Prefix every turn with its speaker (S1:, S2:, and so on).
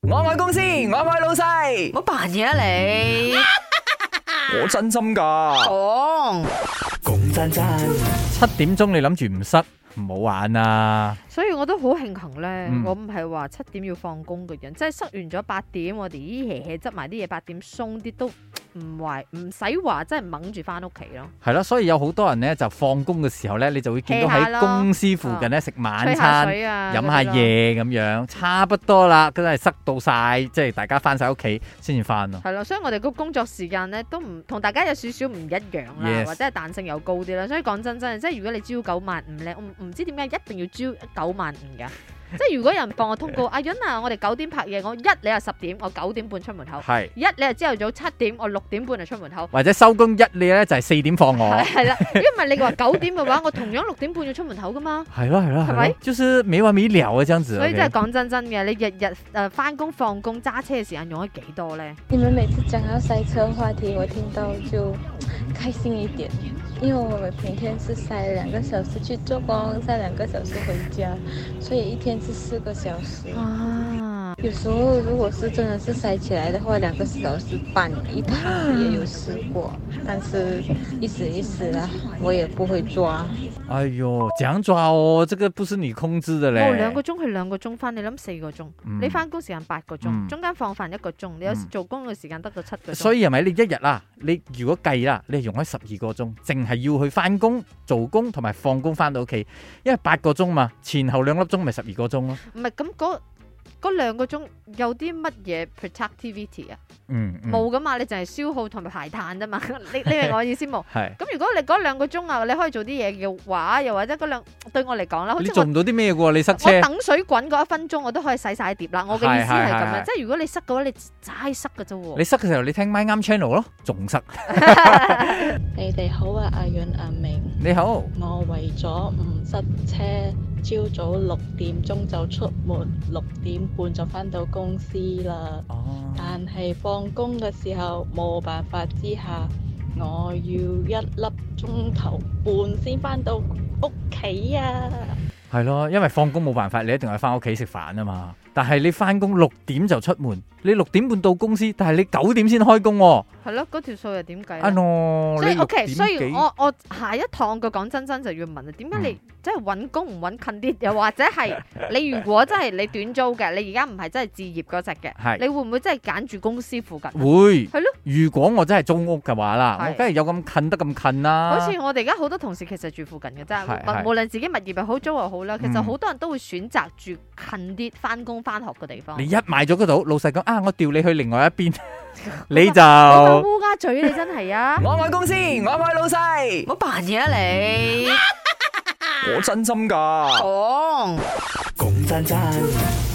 S1: 我愛公司，我愛老細
S2: 唔，好扮嘢啊你！
S1: 我真心
S3: 嗯
S1: 噶。
S2: 講，
S3: 七點鐘你諗住唔塞，唔好玩啊！
S2: 所以我都好慶幸咧，
S3: 嗯
S2: 我唔係話七點要放工嘅人，即係塞完咗八點，我哋咦嘿嘿執埋啲嘢，八點鬆啲都唔壞，唔使話真係掹住翻屋企咯，
S3: 係啦，所以有好多人咧就放工嘅時候咧，你就會見到
S2: hea 下咯
S3: 喺公司附近咧食晚
S2: 吹下
S3: 餐、
S2: 水啊，
S3: 飲下
S2: 嗰啲咯。
S3: 嘢咁樣，差不多啦，真係塞到晒，即係大家翻晒屋企先至啊翻咯。
S2: 係咯，所以我哋個工作時間咧都唔同大家有少少唔一樣啦
S3: Yes
S2: 或者係彈性又高啲啦。所以講真真，即係如果你朝九晚五咧，我唔唔知點解一定要朝九晚五㗎。即係如果有人放我通告，阿潤啊，我哋九點拍嘢，我一你係十點，我九點半出門口；
S3: 係
S2: 一你係朝頭早七點，我六點半就出門口。
S3: 或者收工一你咧就係四點放我
S2: 係。係啦，因為你話九點嘅話，我同樣六點半要出門口噶 嘛。
S3: 係咯係咯係
S2: 係咪
S3: 咯，就是沒完沒了啊，這樣子。
S2: 所以
S3: OK
S2: 真係講真真嘅，你日日誒翻工放工揸車嘅時間用咗幾多咧？
S4: 你们每次讲到塞车的话题，我听到就开心一点，因为我们每天是塞两个小时去做工，塞两个小时回家，所以一天是四个小时。
S2: 啊，
S4: 有时候如果是真的是塞起来的话，两个小时半一趟也有试过，但是一时一时啊，我也不会抓。
S3: 哎呦，講抓哦，這個不是你控制的嘞。
S2: 哦，兩個鐘去兩個鐘翻，你諗四個鐘，
S3: 嗯
S2: 你翻工時間八個鐘，
S3: 嗯
S2: 中間放飯一個鐘，你有時
S3: 嗯
S2: 做工嘅時間得到七個鐘。
S3: 所以係咪你一日啦？你如果計啦，你係用開十二個鐘，淨係要去翻工、做工同埋放工翻到屋企，因為八個鐘嘛，前後兩粒鐘咪十二個鐘咯。
S2: 唔係咁嗰嗰兩個鐘有啲乜嘢 productivity 啊？
S3: 嗯，嗯
S2: 冇噶嘛，你淨係消耗同埋排碳啫嘛。 你你明我意思冇？
S3: 係
S2: 咁如果你嗰兩個鐘啊，你可以做啲嘢嘅話，又或者嗰兩對我嚟講啦，好
S3: 你
S2: 似
S3: 做
S2: 我
S3: 唔到啲咩嘅喎？你塞
S2: 我
S3: 車
S2: 等水滾嗰一分鐘，我都可以洗晒碟啦。我嘅意思係咁
S3: 係係係
S2: 樣，
S3: 係
S2: 即係如果你塞嘅話，你齋塞嘅啫喎。
S3: 你塞嘅時候，你聽 My 啱 channel 咯，仲塞。
S5: 你哋好啊，阿潤阿明，
S3: 你好，
S5: 我為咗唔塞車，朝早六點鐘就出門，六點半就返到公司啦。
S3: 哦，
S5: 但係放工嘅時候冇辦法之下，我要一粒鐘頭半先返到屋企啊！
S3: 係咯，因為放工冇辦法，你一定係翻屋企食飯啊嘛。但係你翻工六點就出門，你六點半到公司，但係你九點先開工喎。
S2: 係咯，嗰條數又點計咧？
S3: 啊 no，
S2: 所以
S3: 你
S2: OK，
S3: 6點
S2: 所以
S3: 幾嗯
S2: 我我下一趟嘅講真真就要問啦，點解你即係揾工唔揾近啲，又或者係 你如果真係你短租嘅，你而家唔係真係置業嗰只嘅，
S3: 係
S2: 你會唔會真係揀住公司附近？
S3: 會
S2: 係咯，
S3: 如果我真係租屋嘅話啦，
S2: 係
S3: 我梗係有咁近得咁近啦。
S2: 好似我哋而家好多同事其實住附近嘅啫，
S3: 啊係
S2: 無
S3: 係
S2: 無論自己物業又好租又好啦，其實
S3: 嗯
S2: 好多人都會選擇住近啲翻工翻學嘅地方
S3: 你。一買咗嗰度，老細講啊，我調你去另外一 邊，你
S2: 我當
S3: 就
S2: 烏鴉嘴你真係啊！
S1: 我愛公司，我愛老細
S2: 唔，好扮嘢啊你！
S3: 嗯
S1: 我真心噶。
S2: 講。
S1: 講真真。